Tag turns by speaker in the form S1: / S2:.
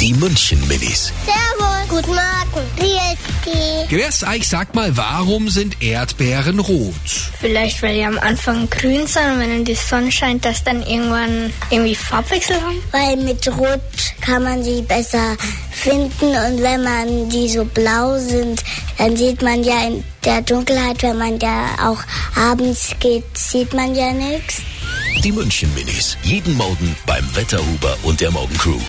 S1: Die München Minis.
S2: Servus. Guten Morgen. Wie ist
S1: Grüß euch, ah, sag mal, warum sind Erdbeeren rot?
S3: Vielleicht, weil die am Anfang grün sind und wenn dann die Sonne scheint, dass dann irgendwann irgendwie Farbwechsel haben.
S2: Weil mit Rot kann man sie besser finden und wenn man die so blau sind, dann sieht man ja in der Dunkelheit, wenn man da auch abends geht, sieht man ja nichts.
S1: Die München Minis. Jeden Morgen beim Wetterhuber und der Morgencrew.